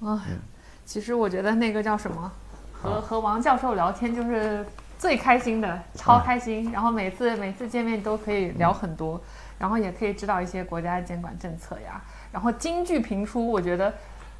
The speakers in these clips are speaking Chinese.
啊，其实我觉得那个叫什么，和和王教授聊天就是最开心的，超开心。然后每次每次见面都可以聊很多，然后也可以知道一些国家监管政策呀。然后京剧评书，我觉得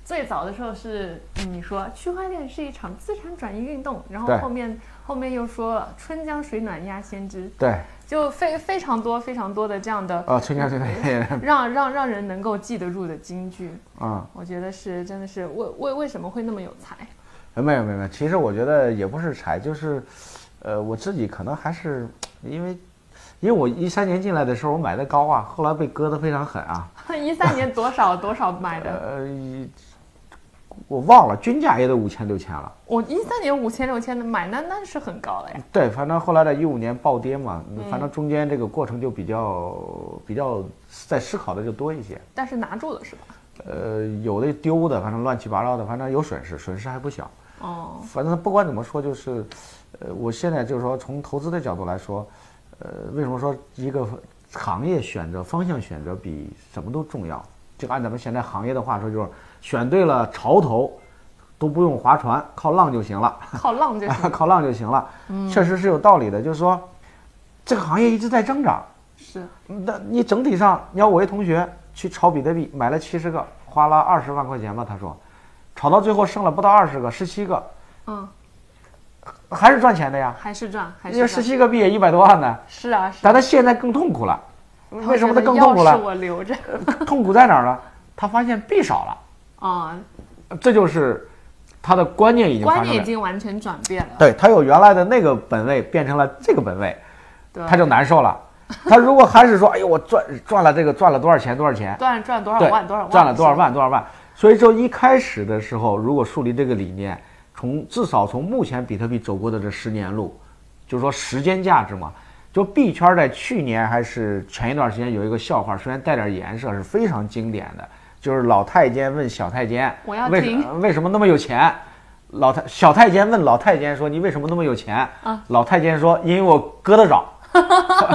最早的时候是嗯你说区块链是一场资产转移运动，然后对后面后面又说春江水暖鸭先知，对，就非非常多非常多的这样的哦，春江水暖鸭先知让让让人能够记得住的京剧，啊，我觉得是真的是为为为什么会那么有才？没有没有没有，其实我觉得也不是柴，就是，呃，我自己可能还是因为，因为我一三年进来的时候我买的高啊，后来被割得非常狠啊，一三年多少多少买的？呃，一我忘了均价也得五千六千了。我一三年五千六千的买，那那是很高了呀。对，反正后来的一五年暴跌嘛，反正中间这个过程就比较比较在思考的就多一些。但是拿住了是吧？呃，有的丢的，反正乱七八糟的，反正有损失，损失还不小。哦，反正不管怎么说，就是，呃，我现在就是说，从投资的角度来说，呃，为什么说一个行业选择方向选择比什么都重要？就按咱们现在行业的话说，就是选对了潮头，都不用划船，靠浪就行了。 靠浪就行。靠浪就行了，确实是有道理的。就是说，这个行业一直在增长，是，那你整体上，你要我一同学去炒比特币，买了七十个，花了二十万块钱吧，他说，炒到最后剩了不到二十个，十七个，嗯，还是赚钱的呀，还是赚，还因为是十赚。七个币也一百多万呢，是啊，是但啊。他现在更痛苦 了，他为什么觉他得更痛苦要是了？我留着痛苦在哪儿呢？他发现币少了，啊，这就是他的观念已经观发生念已了，经完全转变了。对他由原来的那个本位变成了这个本位。对，他就难 受了。他如果还是说，哎呦，我赚赚了这个赚了多少钱多少钱，赚赚多少对万多少万，赚了多少万多少万，所以说一开始的时候，如果树立这个理念，从至少从目前比特币走过的这十年路，就是说时间价值嘛，就币圈在去年还是前一段时间有一个笑话，虽然带点颜色，是非常经典的，就是老太监问小太监，我要为什听为什么那么有钱？老太小太监问老太监说：“你为什么那么有钱？”啊老太监说：“因为我割 得早。”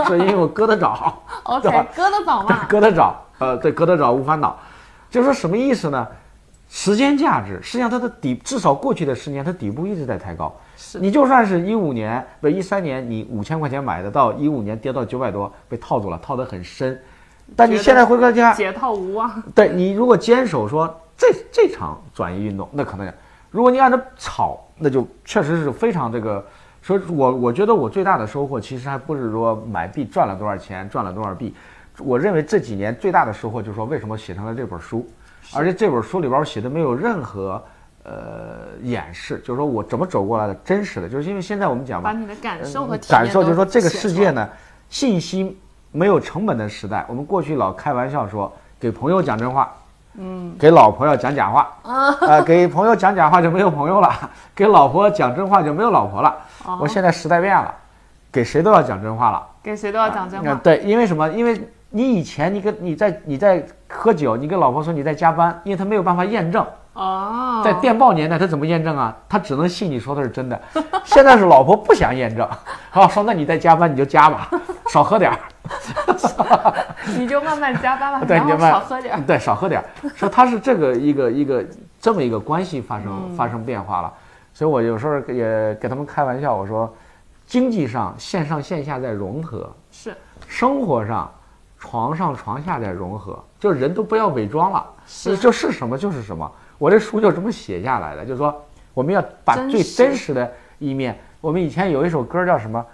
说：“因为我割得早。” OK，割得 早嘛？哥德找，呃，啊对，哥德找无烦恼，就是说什么意思呢？时间价值，实际上它的底，至少过去的十年，它底部一直在抬高。是你就算是一五年不一三年，你五千块钱买的，到一五年跌到九百多，被套住了，套得很深。但你觉得现在回过家，解套无望。对你如果坚守说这这场转移运动，那可能如果你按照炒，那就确实是非常这个。所以我我觉得我最大的收获其实还不是说买币赚了多少钱，赚了多少币。我认为这几年最大的收获就是说为什么写成了这本书，而且这本书里边我写的没有任何呃掩饰，就是说我怎么走过来的，真实的，就是因为现在我们讲嘛把，你的感受和体验呃感受就是说，都这个写世出界来，呢，信息没有成本的时代，我们过去老开玩笑说，给朋友讲真话，嗯，给老婆要讲假话，啊、给朋友讲假话就没有朋友了，给老婆讲真话就没有老婆了。哦我现在时代变了，给谁都要讲真话了。给谁都要讲真嗯话，对，因为什么？因为你以前你跟你在你在喝酒，你跟老婆说你在加班，因为她没有办法验证。哦，在电报年代，他怎么验证啊？他只能信你说的是真的。 现在是老婆不想验证， 啊，说那你在加班你就加吧，少喝点儿， 你就慢慢加班吧，对，然你后就慢少喝点儿。对，少喝点儿。说他是这个一个一个这么一个关系发生、发生变化了，所以我有时候也给他们开玩笑，我说经济上线上线下在融合，是生活上床上床下在融合，就是人都不要伪装了，是就是什么就是什么。我这书就这么写下来的，就是说我们要把真最实真实的一面。我们以前有一首歌叫什么？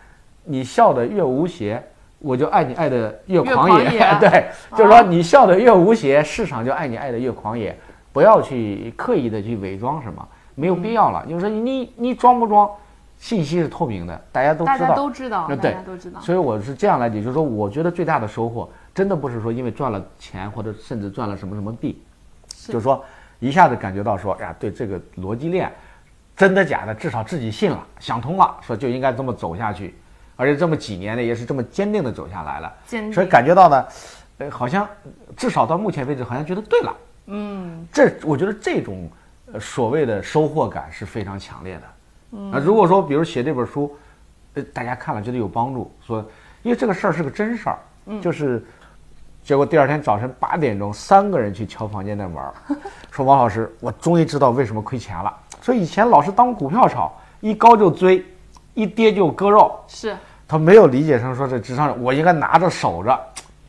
你笑得越无邪，我就爱你爱的越越狂狂野。野啊 对，就是说你笑得越无邪，市场就爱你爱的越狂野。不要去刻意的去伪装什么，没有必要嗯了。就是说你你装不装，信息是透明的，大家都大知家道。都知道，那大对家都知道。所以我是这样来解，就是说，我觉得最大的收获，真的不是说因为赚了钱或者甚至赚了什么什么币，是就是说一下子感觉到说，哎呀，对这个逻辑链，真的假的，至少自己信了，想通了，说就应该这么走下去，而且这么几年呢，也是这么坚定的走下来了，坚所以定感觉到呢，呃，好像至少到目前为止，好像觉得对了，嗯，这我觉得这种呃所谓的收获感是非常强烈的，嗯，啊，如果说比如写这本书。嗯呃，大家看了觉得有帮助，说因为这个事儿是个真事儿，就是结果第二天早晨八点钟，三个人去敲房间的门 儿，说王老师，我终于知道为什么亏钱了。说以前老是当股票炒，一高就追，一跌就割肉。是他没有理解成说这职场，我应该拿着守着。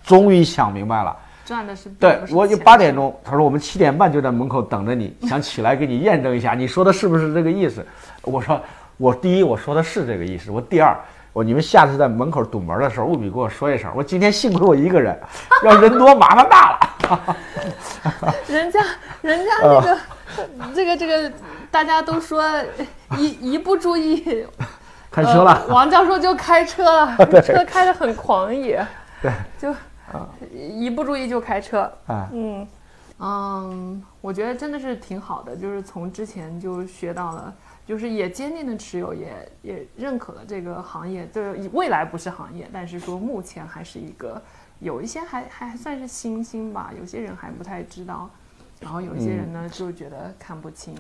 终于想明白了，赚的是并对不是我就钱八点钟，他说我们七点半就在门口等着你，想起来给你验证一下，你说的是不是这个意思？我说我第一我说的是这个意思，我第二我你们下次在门口堵门的时候务必给我说一声，我今天幸亏我一个人，要人多麻烦大了。 人家人家那个、呃这个这个，大家都说 一一不注意，开车了，呃王教授就开车 了，车开得很狂野，对，就一不注意就开车，啊嗯嗯，我觉得真的是挺好的，就是从之前就学到了。就是也坚定的持有，也也认可了这个行业，对未来不是行业，但是说目前还是一个有一些还还还算是新嗯兴吧，有些人还不太知道，然后有一些人呢就觉得看不清。